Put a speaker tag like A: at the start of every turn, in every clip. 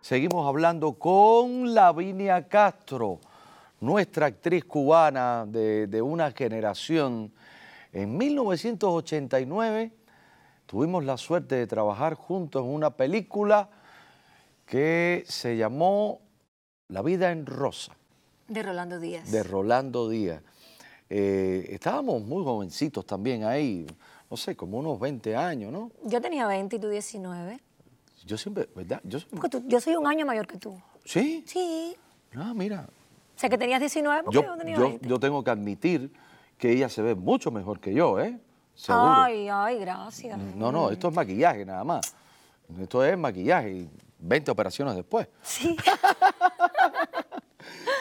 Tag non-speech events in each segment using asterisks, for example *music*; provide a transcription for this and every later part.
A: Seguimos hablando con Lavinia Castro, nuestra actriz cubana de, de una generación. En 1989 tuvimos la suerte de trabajar juntos en una película que se llamó La vida en rosa,
B: De Rolando Díaz.
A: de Rolando Díaz. Eh, estábamos muy jovencitos también ahí, no sé, como unos 20 años, ¿no?
B: Yo tenía 20 y tú 19.
A: Yo siempre, ¿verdad? Yo siempre-
B: Porque tú- yo soy un año mayor que tú.
A: sí.
B: Sí.
A: Ah, mira.
B: O sea, que tenías 19 porque
A: Yo,
B: yo, tenía
A: yo,
B: 20.
A: yo tengo que admitir que ella se ve mucho mejor que yo, ¿eh? Seguro. Mm.
B: ay, ay, gracias.
A: No, no, esto es maquillaje nada más. Esto es maquillaje y 20 operaciones después.
B: Sí. *laughs*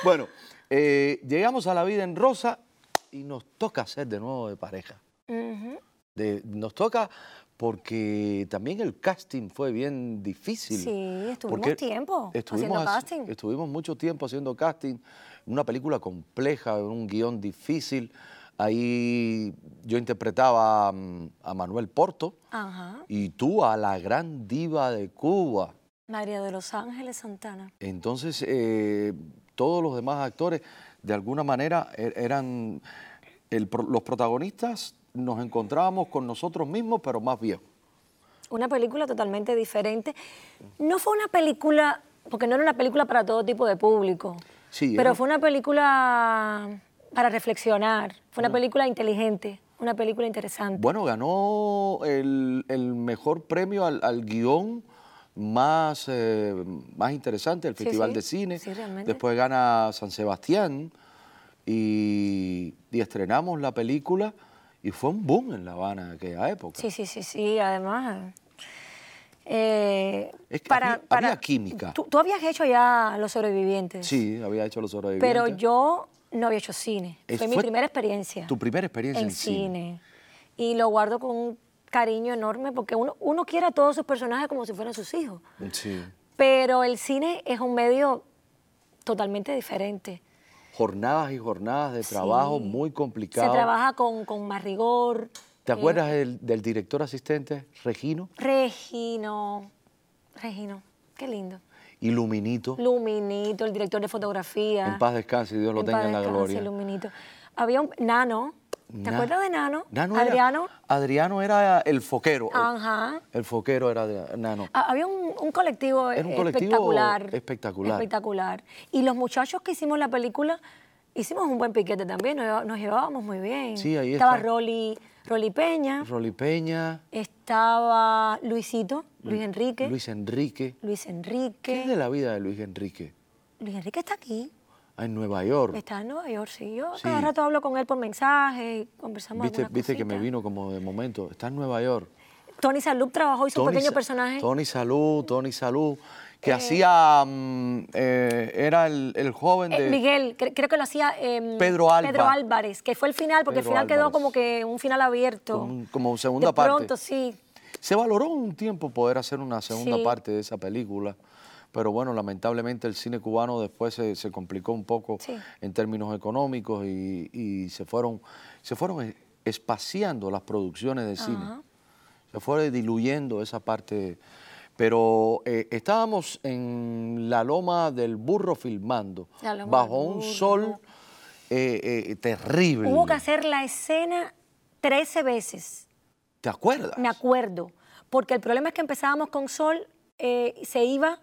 A: Bueno, eh, llegamos a la vida en rosa y nos toca hacer de nuevo de pareja.
B: Ujú.
A: De- nos toca porque también el casting fue bien difícil.
B: Sí, estuvimos
A: Porque
B: tiempo
A: estuvimos
B: haciendo
A: haci-
B: casting.
A: Estuvimos mucho tiempo haciendo casting, una película compleja, un guión difícil. Ahí yo interpretaba mm, a Manuel Porto
B: Ajá.
A: y tú a la gran diva de Cuba.
B: María de los Ángeles Santana.
A: Entonces, eh, todos los demás actores, de alguna manera, e- eran el pro- los protagonistas, nos encontrábamos con nosotros mismos, pero más viejos.
B: Una película totalmente diferente. No fue una película, porque no era una película para todo tipo de público.
A: Sí, ¿eh?
B: Pero
A: era-
B: fue una película para reflexionar. Fue una película inteligente, una película interesante.
A: Bueno, ganó el, el mejor premio al, al guión más, eh, más interesante del
B: Sí,
A: Festival
B: sí.
A: de Cine.
B: Sí, realmente.
A: Después gana San Sebastián y, y estrenamos la película y fue un boom en La Habana en aquella época.
B: Sí, sí, sí, sí, además. eh,
A: Es que había- había química.
B: Tú, tú habías hecho ya Los Sobrevivientes.
A: Sí, había hecho los sobrevivientes.
B: Pero yo no había hecho cine.
A: Es-
B: fue mi
A: fue
B: primera experiencia.
A: Tu primera experiencia en,
B: en cine. Y lo guardo con un cariño enorme porque uno, uno quiere a todos sus personajes como si fueran sus hijos.
A: Sí.
B: Pero el cine es un medio totalmente diferente.
A: Jornadas y jornadas de trabajo
B: Sí.
A: muy
B: Se
A: complicado.
B: trabaja con, con más rigor.
A: ¿Te acuerdas del, del director asistente, Regino?
B: Regino. Regino. Qué lindo.
A: Iluminito.
B: Luminito, el director de fotografía.
A: En paz descanse y Dios lo
B: En
A: tenga
B: paz
A: en la
B: descanse,
A: gloria.
B: Luminito. Había un Nano. ¿Te
A: Na-
B: acuerdas de Nano?
A: Nano era-
B: Adriano. Ah.
A: Adriano era el foquero. el-
B: Ajá.
A: El foquero era de Nano.
B: Ha- Había un, un colectivo eh,
A: Era un colectivo
B: espectacular.
A: espectacular.
B: Espectacular. Y los muchachos que hicimos la película, hicimos un buen piquete también, nos, lleva- nos llevábamos muy bien.
A: Sí, ahí
B: estaba
A: está.
B: Rolly, Rolly Peña,
A: Rolly Peña,
B: estaba Luisito, Luis Enrique, Luis,
A: Luis Enrique. ¿Qué
B: Enrique.
A: es de la vida de Luis Enrique?
B: Luis Enrique está aquí,
A: Ah, En Nueva York.
B: está en Nueva York, sí. Yo
A: Sí.
B: cada rato hablo con él por mensaje y conversamos
A: Viste,
B: algunas
A: viste que me
B: cositas.
A: vino como de momento. Está en Nueva York.
B: Tony Salud trabajó, hizo un pequeño
A: Sa-
B: personaje. Eh.
A: Tony Salud, Tony Salud, que hacía, mm, eh, era el, el joven
B: Eh,
A: de...
B: Miguel, cre- creo que lo hacía em,
A: Pedro Alba.
B: Álvarez, que fue el final, porque
A: Pedro
B: el final quedó
A: Álvarez.
B: como que un final abierto.
A: Como- como segunda
B: De
A: parte.
B: pronto, sí.
A: Se valoró un tiempo poder hacer una segunda
B: Sí.
A: parte de esa película, pero bueno, lamentablemente el cine cubano después se, se complicó un poco
B: Sí.
A: en términos económicos y, y se fueron, se fueron es- espaciando las producciones de cine. Se fue diluyendo esa parte. Pero eh, estábamos en la loma del burro filmando,
B: La Loma
A: bajo
B: del
A: un
B: Burro.
A: sol eh, eh, terrible.
B: Hubo que hacer la escena 13 veces,
A: ¿Te acuerdas?
B: me acuerdo, porque el problema es que empezábamos con sol, eh, se iba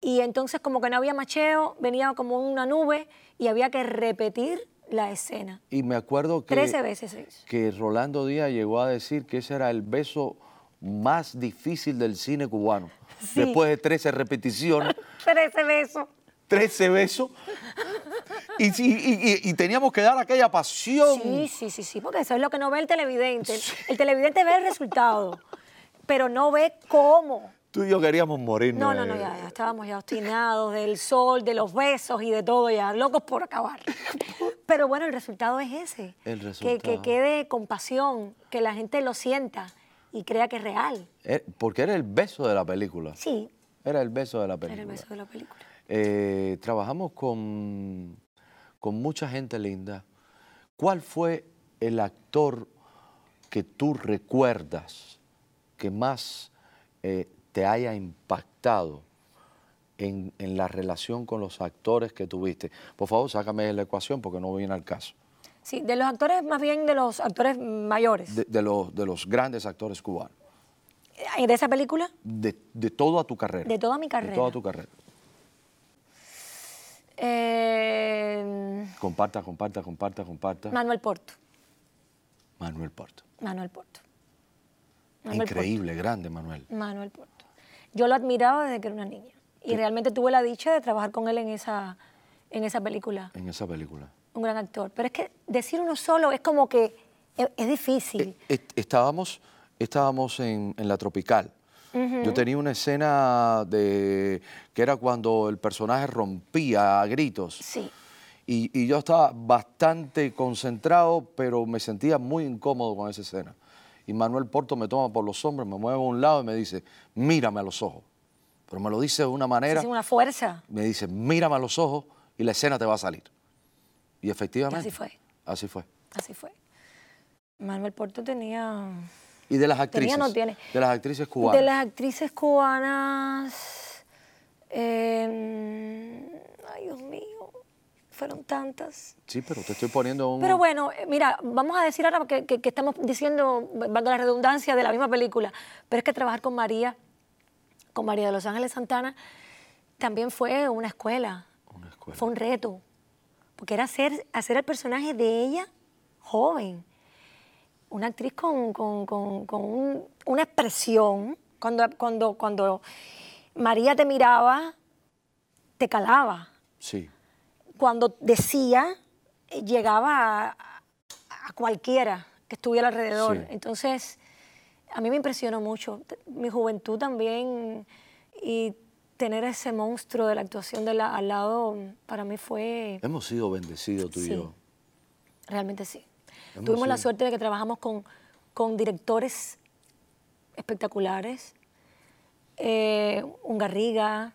B: y entonces como que no había macheo, venía como una nube y había que repetir la escena.
A: y me acuerdo que...
B: 13 veces se hizo.
A: que Rolando Díaz llegó a decir que ese era el beso más difícil del cine cubano.
B: Sí.
A: Después de 13
B: *laughs*
A: repeticiones,
B: 13 besos.
A: 13 besos, y, y- y- y teníamos que dar aquella pasión.
B: Sí, sí, sí, sí, porque eso es lo que no ve el televidente. El, el televidente ve el resultado, pero no ve cómo.
A: Tú y yo queríamos morirnos.
B: No, no, no,
A: de-
B: ya, ya estábamos ya obstinados del sol, de los besos y de todo, ya locos por *laughs* acabar. Pero bueno, el resultado es ese.
A: El
B: que- Que,
A: resultado.
B: quede con pasión, que la gente lo sienta y crea que es real.
A: Eh, Porque era el beso de la película.
B: Sí,
A: Era el beso de la película.
B: era el beso de la película.
A: Eh, trabajamos con, con mucha gente linda. ¿Cuál fue el actor que tú recuerdas que más eh, te haya impactado en, en la relación con los actores que tuviste. Por favor, sácame de la ecuación porque no viene al caso.
B: Sí, de los actores, más bien de los actores mayores.
A: De, de los, de los grandes actores cubanos.
B: Eh, ¿De esa película?
A: De, de toda tu carrera.
B: De toda mi carrera.
A: De toda tu carrera.
B: Eh,
A: Comparta, comparta, comparta, comparta.
B: Manuel Porto.
A: Manuel Porto.
B: Manuel Porto.
A: Increíble, grande Manuel.
B: Manuel Porto. Yo lo admiraba desde que era una niña. Y realmente tuve la dicha de trabajar con él en esa, en esa película.
A: En esa película.
B: Un gran actor. Pero es que decir uno solo es como que es, es difícil.
A: Eh, Est- Estábamos, estábamos en, en la tropical. Yo tenía una escena de que era cuando el personaje rompía a gritos.
B: Sí.
A: Y, y yo estaba bastante concentrado, pero me sentía muy incómodo con esa escena. Y Manuel Porto me toma por los hombros, me mueve a un lado y me dice, mírame a los ojos. Pero me lo dice de una manera,
B: Es una fuerza.
A: me dice, mírame a los ojos y la escena te va a salir. Y efectivamente.
B: así fue.
A: Así fue.
B: Así fue. Manuel Porto tenía...
A: Y de las actrices.
B: no tiene.
A: De las actrices cubanas.
B: De las actrices cubanas... eh, ay, Dios mío. Fueron tantas.
A: Sí, pero te estoy poniendo un...
B: Pero bueno, eh, mira, vamos a decir ahora que, que- que estamos diciendo, valga la redundancia, de la misma película, pero es que trabajar con María, con María de Los Ángeles Santana, también fue una escuela,
A: Una escuela.
B: fue un reto, porque era hacer, hacer el personaje de ella joven, una actriz con, con- con- con un- una expresión, cuando, cuando, cuando María te miraba, te calaba
A: Sí.
B: cuando decía, eh, llegaba a, a cualquiera que estuviera alrededor.
A: Sí.
B: Entonces, a mí me impresionó mucho. T- Mi juventud también y tener ese monstruo de la actuación de la- al lado, para mí fue
A: Hemos sido bendecidos tú
B: Sí.
A: y yo.
B: realmente sí.
A: Hemos
B: Tuvimos la
A: sido-
B: suerte de que trabajamos con, con directores espectaculares. Eh, un Garriga,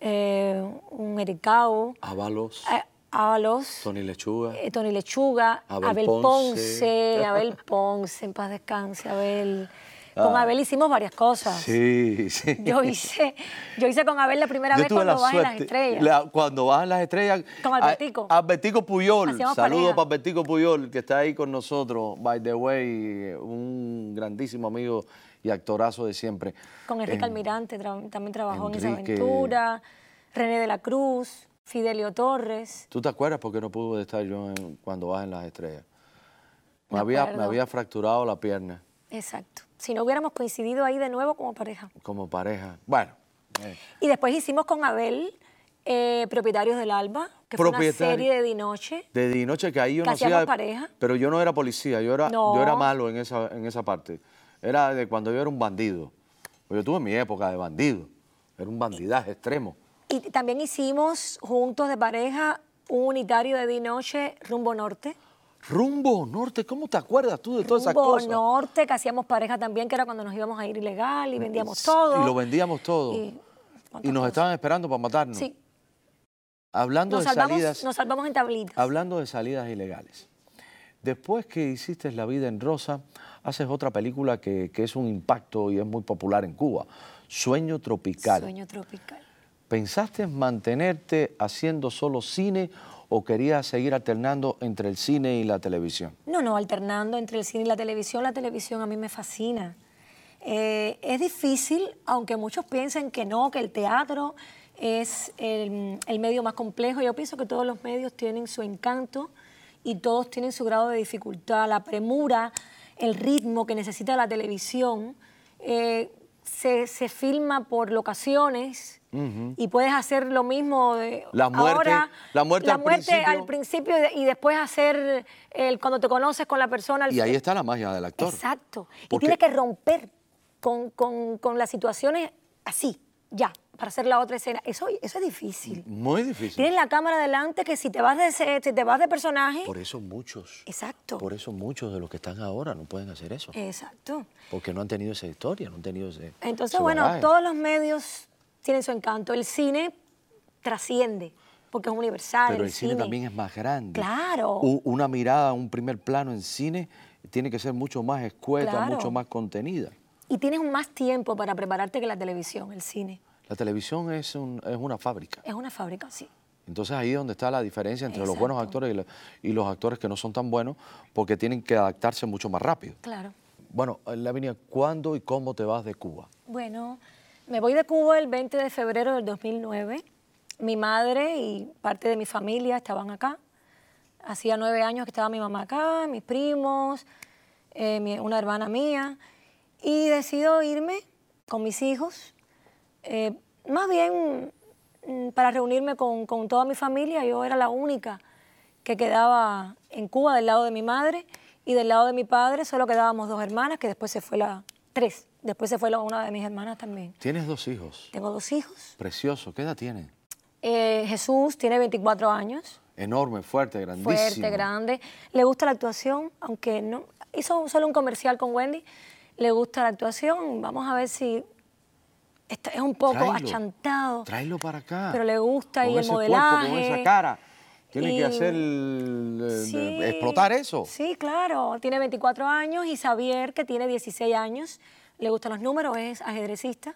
B: eh, un Ericao,
A: Avalos,
B: eh, Ábalos.
A: Tony Lechuga.
B: Eh, Tony Lechuga,
A: Abel
B: Abel,
A: Ponce. *laughs*
B: Ponce. Abel Ponce, en paz descanse, Abel. Con
A: Ah.
B: Abel hicimos varias cosas.
A: sí, sí.
B: Yo hice, yo hice con Abel la primera
A: *laughs* Yo
B: vez
A: tuve
B: cuando
A: la
B: bajan
A: suerte.
B: las estrellas.
A: la- cuando bajan las estrellas.
B: Con
A: a-
B: Albertico.
A: Albertico Puyol.
B: Hacíamos
A: Saludos
B: pareja.
A: para Albertico Puyol, que está ahí con nosotros. By the way, un grandísimo amigo y actorazo de siempre.
B: Con Enrique
A: En-
B: Almirante tra- también trabajó en esa
A: Enrique.
B: aventura. René de la Cruz, Fidelio Torres.
A: ¿Tú te acuerdas por qué no pude estar yo en- cuando bajan las estrellas? Me
B: Me
A: había, me
B: acuerdo.
A: había fracturado la pierna
B: Exacto. Si no hubiéramos coincidido ahí de nuevo como pareja.
A: como pareja. Bueno. eh,
B: Y después hicimos con Abel eh, Propietarios del Alba, que fue una
A: Propietario-
B: serie de Dinoche.
A: De Dinoche que ahí yo
B: Que
A: no
B: hacíamos
A: hacía-
B: pareja.
A: Pero yo no era policía, yo era, yo
B: No.
A: era malo en esa, en esa parte. Era de cuando yo era un bandido. Pues Yo tuve mi época de bandido. Era un bandidaje extremo.
B: Y t- también hicimos juntos de pareja un unitario de Dinoche rumbo norte.
A: Rumbo norte, ¿cómo te acuerdas tú de todas esas
B: rumbo
A: cosas?
B: norte, que hacíamos pareja también, que era cuando nos íbamos a ir ilegal y vendíamos todo.
A: Y lo vendíamos todo.
B: Y,
A: Y, nos estaban esperando para matarnos.
B: Sí,
A: Hablando
B: nos
A: de
B: salvamos,
A: salidas.
B: nos salvamos en tablitas.
A: Hablando de salidas ilegales, después que hiciste La vida en rosa, haces otra película que, que es un impacto y es muy popular en Cuba, Sueño Tropical.
B: Sueño tropical.
A: ¿Pensaste en mantenerte haciendo solo cine o querías seguir alternando entre el cine y la televisión?
B: No, no, alternando entre el cine y la televisión. La televisión a mí me fascina. Eh, es difícil, aunque muchos piensen que no, que el teatro es el, el medio más complejo. Yo pienso que todos los medios tienen su encanto y todos tienen su grado de dificultad, la premura, el ritmo que necesita la televisión. Eh, se, se filma por locaciones y puedes hacer lo mismo de
A: La muerte-
B: ahora,
A: la muerte al principio.
B: al principio y de- y después hacer el cuando te conoces con la persona. el-
A: Y ahí está la magia del actor.
B: Exacto. Y
A: Porque-
B: tienes que romper con, con- con las situaciones así, ya, para hacer la otra escena. Eso, eso es difícil.
A: Muy difícil.
B: Tienes la cámara delante que si te vas de, ese- si te vas de personaje.
A: Por eso muchos,
B: Exacto. Eh.
A: por eso muchos de los que están ahora no pueden hacer eso,
B: Exacto.
A: porque no han tenido esa historia, no han tenido ese
B: Entonces,
A: ese
B: bueno,
A: bagaje.
B: todos los medios tienen su encanto. El cine trasciende porque es universal.
A: Pero el cine también es más grande.
B: Ah, Claro.
A: U- una mirada, un primer plano en cine tiene que ser mucho más escueta,
B: Claro.
A: mucho más contenida.
B: Y tienes más tiempo para prepararte que la televisión, el cine.
A: La televisión es, un- es una fábrica.
B: Es una fábrica, sí.
A: Entonces ahí es donde está la diferencia entre los buenos
B: Exacto.
A: actores y, lo- y los actores que no son tan buenos porque tienen que adaptarse mucho más rápido.
B: Claro.
A: Bueno, eh, Lavinia, ¿cuándo y cómo te vas de Cuba?
B: Bueno, me voy de Cuba el 20 de febrero del 2009. Mi madre y parte de mi familia estaban acá. Hacía nueve años que estaba mi mamá acá, mis primos, eh, mi- una hermana mía. Y decido irme con mis hijos, eh, más bien mm, para reunirme con, con toda mi familia. Yo era la única que quedaba en Cuba del lado de mi madre y del lado de mi padre solo quedábamos dos hermanas, que después se fue la... Tres, después se fue la, una de mis hermanas también.
A: Tienes dos hijos.
B: Tengo dos hijos.
A: Precioso. ¿Qué edad tienen?
B: Eh, Jesús tiene 24 años.
A: Enorme, fuerte, grandísimo.
B: fuerte, grande. Le gusta la actuación, aunque no hizo solo un comercial con Wendy. Le gusta la actuación. Vamos a ver si está- es un poco
A: Tráelo,
B: achantado.
A: Tráelo para acá.
B: Pero le gusta
A: Con
B: y el
A: ese cuerpo, con
B: modelaje.
A: esa cara. Tiene
B: Y-
A: que hacer. el- el-
B: Sí.
A: explotar eso.
B: Sí, claro. Tiene 24 años y Xavier, que tiene 16 años, le gustan los números, es ajedrecista.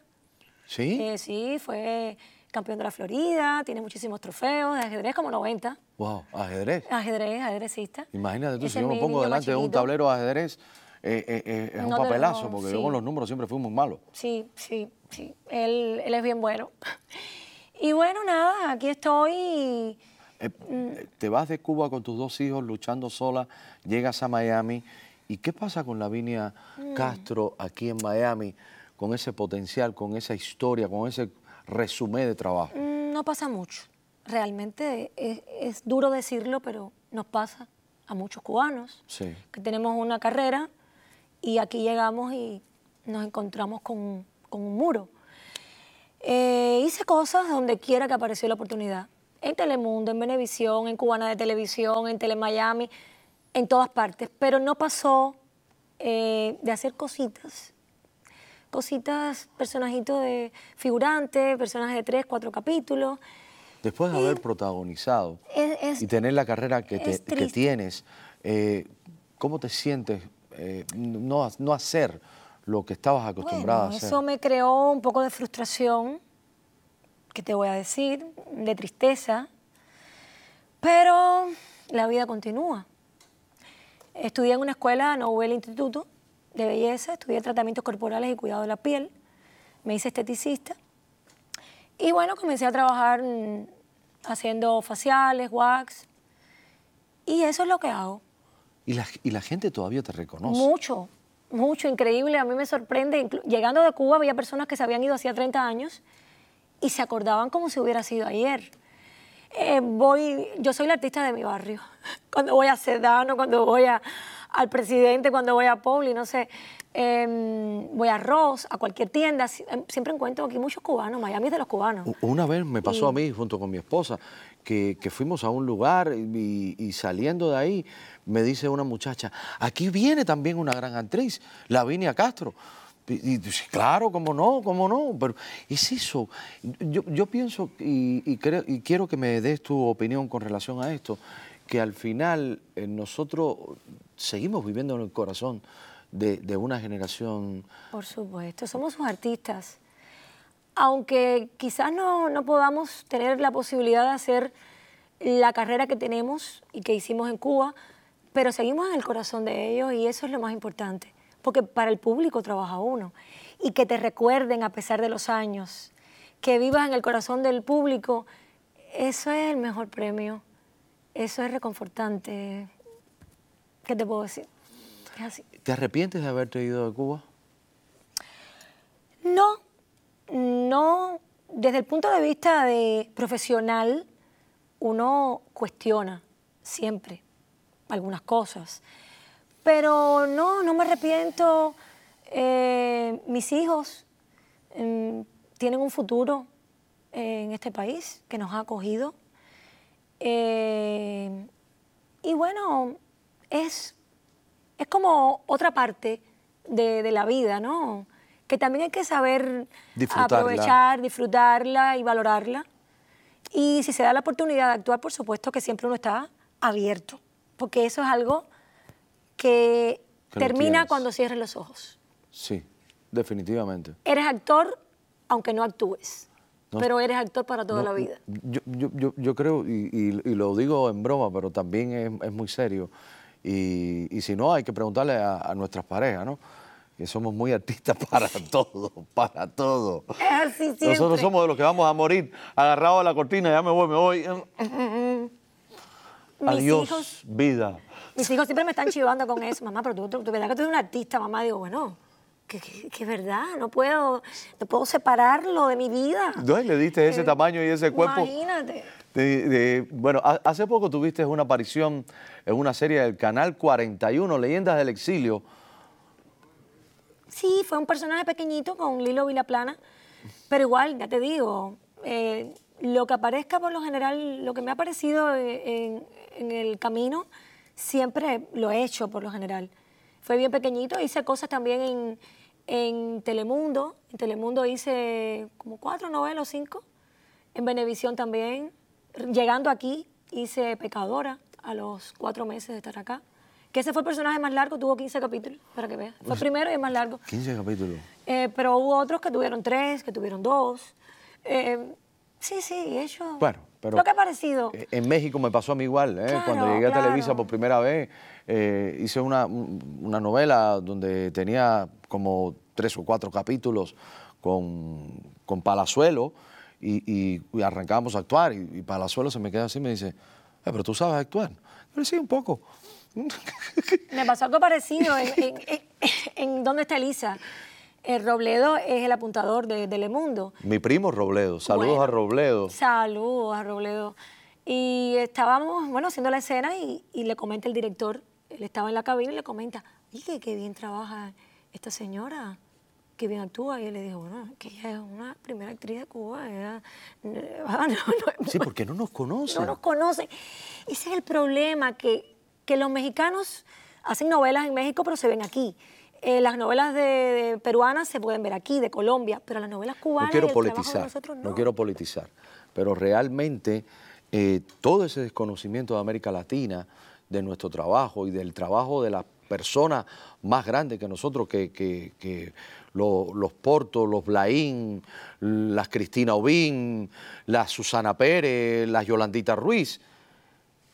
A: ¿Sí?
B: Eh, sí, fue campeón de la Florida, tiene muchísimos trofeos de ajedrez, como 90.
A: Wow, ajedrez.
B: Ajedrez, ajedrecista.
A: Imagínate tú,
B: Ese
A: si
B: es
A: yo me
B: mi
A: pongo
B: niño más
A: delante de un
B: chiquito.
A: tablero de ajedrez, eh, eh, eh, es un
B: No te lo-
A: papelazo, porque yo
B: sí.
A: con los números siempre fui muy malo.
B: Sí, sí, sí. Él, él es bien bueno. *laughs* Y bueno, nada, aquí estoy. y-
A: Eh, eh,
B: Mm.
A: te vas de Cuba con tus dos hijos luchando sola, llegas a Miami. ¿Y qué pasa con Lavinia
B: Mm.
A: Castro aquí en Miami, con ese potencial, con esa historia, con ese resumen de trabajo?
B: Mm, No pasa mucho. Realmente es, es duro decirlo, pero nos pasa a muchos cubanos
A: Sí.
B: que tenemos una carrera y aquí llegamos y nos encontramos con, con un muro. Eh, hice cosas donde quiera que apareció la oportunidad. En Telemundo, en Venevisión, en Cubana de Televisión, en Telemiami, en todas partes. Pero no pasó eh, de hacer cositas cositas, personajitos de figurante, personajes de tres, cuatro capítulos.
A: Después de haber protagonizado
B: Es,
A: y
B: es-
A: tener la carrera que, te-
B: es
A: que
B: triste.
A: tienes, eh, ¿cómo te sientes eh, no, ha- no hacer lo que estabas acostumbrada
B: bueno,
A: a hacer?
B: eso me creó un poco de frustración, que te voy a decir, de tristeza, pero la vida continúa. Estudié en una escuela, no hubo el instituto de belleza, estudié tratamientos corporales y cuidado de la piel, me hice esteticista y bueno, comencé a trabajar mm, haciendo faciales, wax y eso es lo que hago.
A: Y, la, y la gente todavía te reconoce.
B: Mucho, mucho, increíble. A mí me sorprende. inclu- Llegando de Cuba había personas que se habían ido hacía 30 años y se acordaban como si hubiera sido ayer. Eh, voy, yo soy la artista de mi barrio. *laughs* Cuando voy a Sedano, cuando voy a- al presidente, cuando voy a Pauli, no sé, em, voy a Ross, a cualquier tienda. si- em, Siempre encuentro aquí muchos cubanos. Miami es de los cubanos.
A: U- Una vez me pasó a mí junto con mi esposa que, que fuimos a un lugar y, y saliendo de ahí me dice una muchacha, aquí viene también una gran actriz, Lavinia Castro. Y, y dije, claro, cómo no, cómo no, pero es eso. Yo, yo pienso y, y creo, y quiero que me des tu opinión con relación a esto, que al final eh, nosotros seguimos viviendo en el corazón de, de una generación
B: Por supuesto, somos sus artistas. Aunque quizás no, no podamos tener la posibilidad de hacer la carrera que tenemos y que hicimos en Cuba, pero seguimos en el corazón de ellos y eso es lo más importante, porque para el público trabaja uno. Y que te recuerden a pesar de los años, que vivas en el corazón del público, eso es el mejor premio, eso es reconfortante. ¿Qué te puedo decir? Es así.
A: ¿Te arrepientes de haberte ido de Cuba?
B: No, no. Desde el punto de vista de profesional, uno cuestiona siempre algunas cosas. Pero no, no me arrepiento. Eh, mis hijos mm, tienen un futuro en este país que nos ha acogido. Eh, y bueno, es es como otra parte de, de la vida, ¿no? Que también hay que saber
A: Disfrutarla.
B: aprovechar, disfrutarla y valorarla. Y si se da la oportunidad de actuar, por supuesto que siempre uno está abierto, porque eso es algo que,
A: Que lo
B: termina
A: tienes.
B: cuando cierres los ojos.
A: Sí, definitivamente.
B: Eres actor aunque no actúes.
A: No-
B: pero eres actor para toda la
A: no,
B: vida.
A: Ah, Yo, yo- yo- yo creo, y, y- y lo digo en broma, pero también es, es muy serio. Y, y si no, hay que preguntarle a, a nuestras parejas, ¿no? Que somos muy artistas *laughs* para todo, para todo.
B: Es así siempre.
A: Nosotros somos de los que vamos a morir agarrados a la cortina, ya me voy, me voy.
B: Mis
A: Adiós,
B: hijos-
A: vida.
B: Mis hijos siempre me están chivando con eso. Mamá, pero tú, tú, tú, verdad que tú eres una artista, mamá. Digo, bueno, que, que- que es verdad, no puedo, no puedo separarlo de mi vida.
A: Entonces le diste ese
B: Eh,
A: tamaño y ese cuerpo.
B: Imagínate.
A: De- de- bueno, ha- hace poco tuviste una aparición en una serie del Canal 41, Leyendas del Exilio.
B: Sí, fue un personaje pequeñito con Lilo Vilaplana, pero igual, ya te digo, eh, lo que aparezca por lo general, lo que me ha parecido en, en el camino, siempre lo he hecho por lo general. Fue bien pequeñito, hice cosas también en, en Telemundo, en Telemundo hice como cuatro novelas o cinco, en Benevisión también, llegando aquí hice Pecadora a los cuatro meses de estar acá. Que ese fue el personaje más largo, tuvo 15 capítulos, para que veas. Fue el primero y el más largo.
A: 15 capítulos.
B: Eh, pero hubo otros que tuvieron tres, que tuvieron dos. Eh, sí, sí, ellos.
A: Bueno, pero-
B: Lo que ha parecido.
A: Eh, En México me pasó a mí igual. ¿eh?
B: Claro,
A: Cuando llegué a
B: claro.
A: Televisa por primera vez, eh, hice una, un- una novela donde tenía como tres o cuatro capítulos con, con Palazuelo y, y- y arrancábamos a actuar. Y, y Palazuelo se me queda así y me dice, "Eh, pero tú sabes actuar. Pero sí, un poco.
B: Me pasó algo parecido en, en, en- en ¿Dónde está Elisa? El Robledo es el apuntador de Telemundo.
A: Mi primo Robledo. Saludos
B: Bueno.
A: a Robledo.
B: Saludos a Robledo. Y estábamos, bueno, haciendo la escena y, y le comenta el director, él estaba en la cabina y le comenta, oye, qué bien trabaja esta señora, qué bien actúa. Y él le dijo, bueno, que ella es una primera actriz de Cuba, ella, eh, *laughs* ah, no, no,
A: Sí, porque no nos conocen.
B: no nos conocen. Ese es el problema, que, que los mexicanos hacen novelas en México, pero se ven aquí. Eh, las novelas de, de peruanas se pueden ver aquí, de Colombia, pero las novelas cubanas...
A: no quiero
B: y el trabajo de
A: politizar,
B: nosotros,
A: no. quiero politizar, pero realmente eh, todo ese desconocimiento de América Latina, de nuestro trabajo y del trabajo de las personas más grandes que nosotros, que, que- que lo- los Portos, los Blaín, las Cristina Ovín, las Susana Pérez, las Yolandita Ruiz,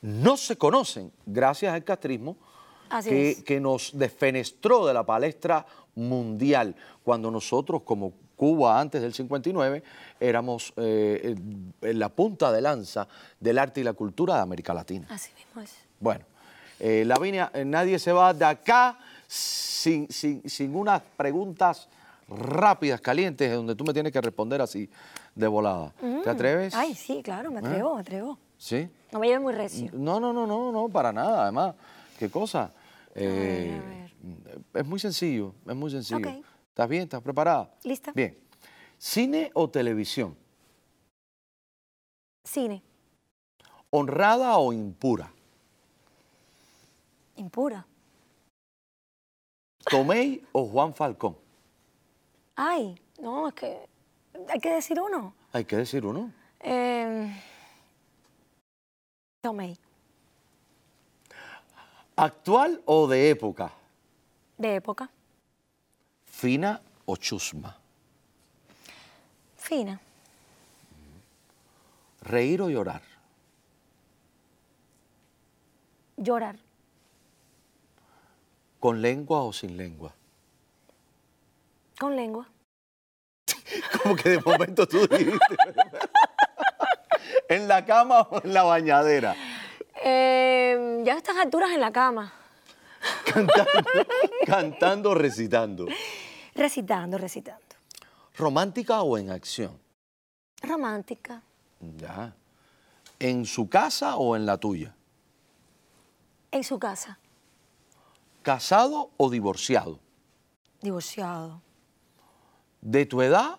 A: no se conocen gracias al castrismo
B: Así
A: que,
B: es.
A: que nos desfenestró de la palestra mundial, cuando nosotros como Cuba antes del 59 éramos eh, en la punta de lanza del arte y la cultura de América Latina.
B: Así mismo es.
A: Bueno, eh, Lavinia, eh, nadie se va de acá sin, sin- sin unas preguntas rápidas, calientes, donde tú me tienes que responder así de volada. ¿Te atreves?
B: Mm.
A: ¿Ah?
B: Ay, sí, claro, me atrevo, me atrevo.
A: ¿Sí?
B: No me lleve muy recio.
A: No, no, no, no, no, para nada. Además, qué cosa. Eh, Es muy sencillo, es muy sencillo.
B: Ok.
A: ¿Estás bien? ¿Estás preparada?
B: ¿Lista?
A: Mm. Bien. ¿Cine o televisión?
B: Cine,
A: ¿Honrada o impura?
B: impura.
A: ¿Tomei o Juan Falcón?
B: Ay, no, es que hay que decir uno.
A: Hay que decir uno.
B: Eh, Tomei,
A: ¿Actual o de época?
B: de época,
A: ¿Fina o chusma?
B: fina,
A: ¿Reír o llorar?
B: llorar,
A: ¿Con lengua o sin lengua? *laughs*
B: con lengua.
A: Como que de momento tú dijiste. *laughs* ¿En la cama o en la bañadera?
B: Eh, ya a estas alturas en la cama,
A: Cantando, cantando o recitando.
B: recitando, recitando.
A: ¿Romántica o en acción?
B: Romántica,
A: Ya. ¿En su casa o en la tuya?
B: en su casa,
A: ¿Casado o divorciado?
B: divorciado,
A: ¿De tu edad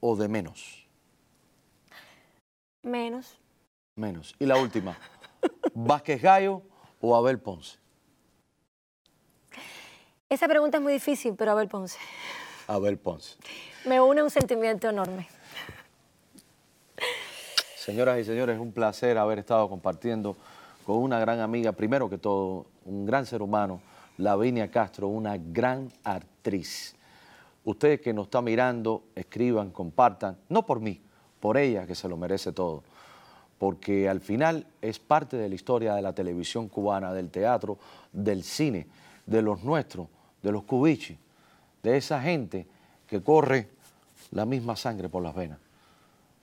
A: o de menos?
B: menos,
A: Menos. Y la última, ¿Vázquez Gallo o Abel Ponce?
B: Esa pregunta es muy difícil, pero a ver, Ponce,
A: Abel Ponce.
B: me une un sentimiento enorme.
A: Señoras y señores, un placer haber estado compartiendo con una gran amiga, primero que todo, un gran ser humano, Lavinia Castro, una gran actriz. Ustedes que nos están mirando, escriban, compartan, no por mí, por ella, que se lo merece todo, porque al final es parte de la historia de la televisión cubana, del teatro, del cine, de los nuestros, de los cubichis, de esa gente que corre la misma sangre por las venas.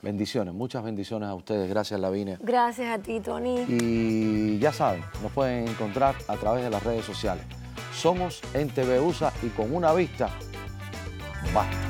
A: Bendiciones, muchas bendiciones a ustedes. Gracias, Lavinia.
B: Gracias a ti, Tony.
A: Y ya saben, nos pueden encontrar a través de las redes sociales. Somos en TV USA y con una vista, basta.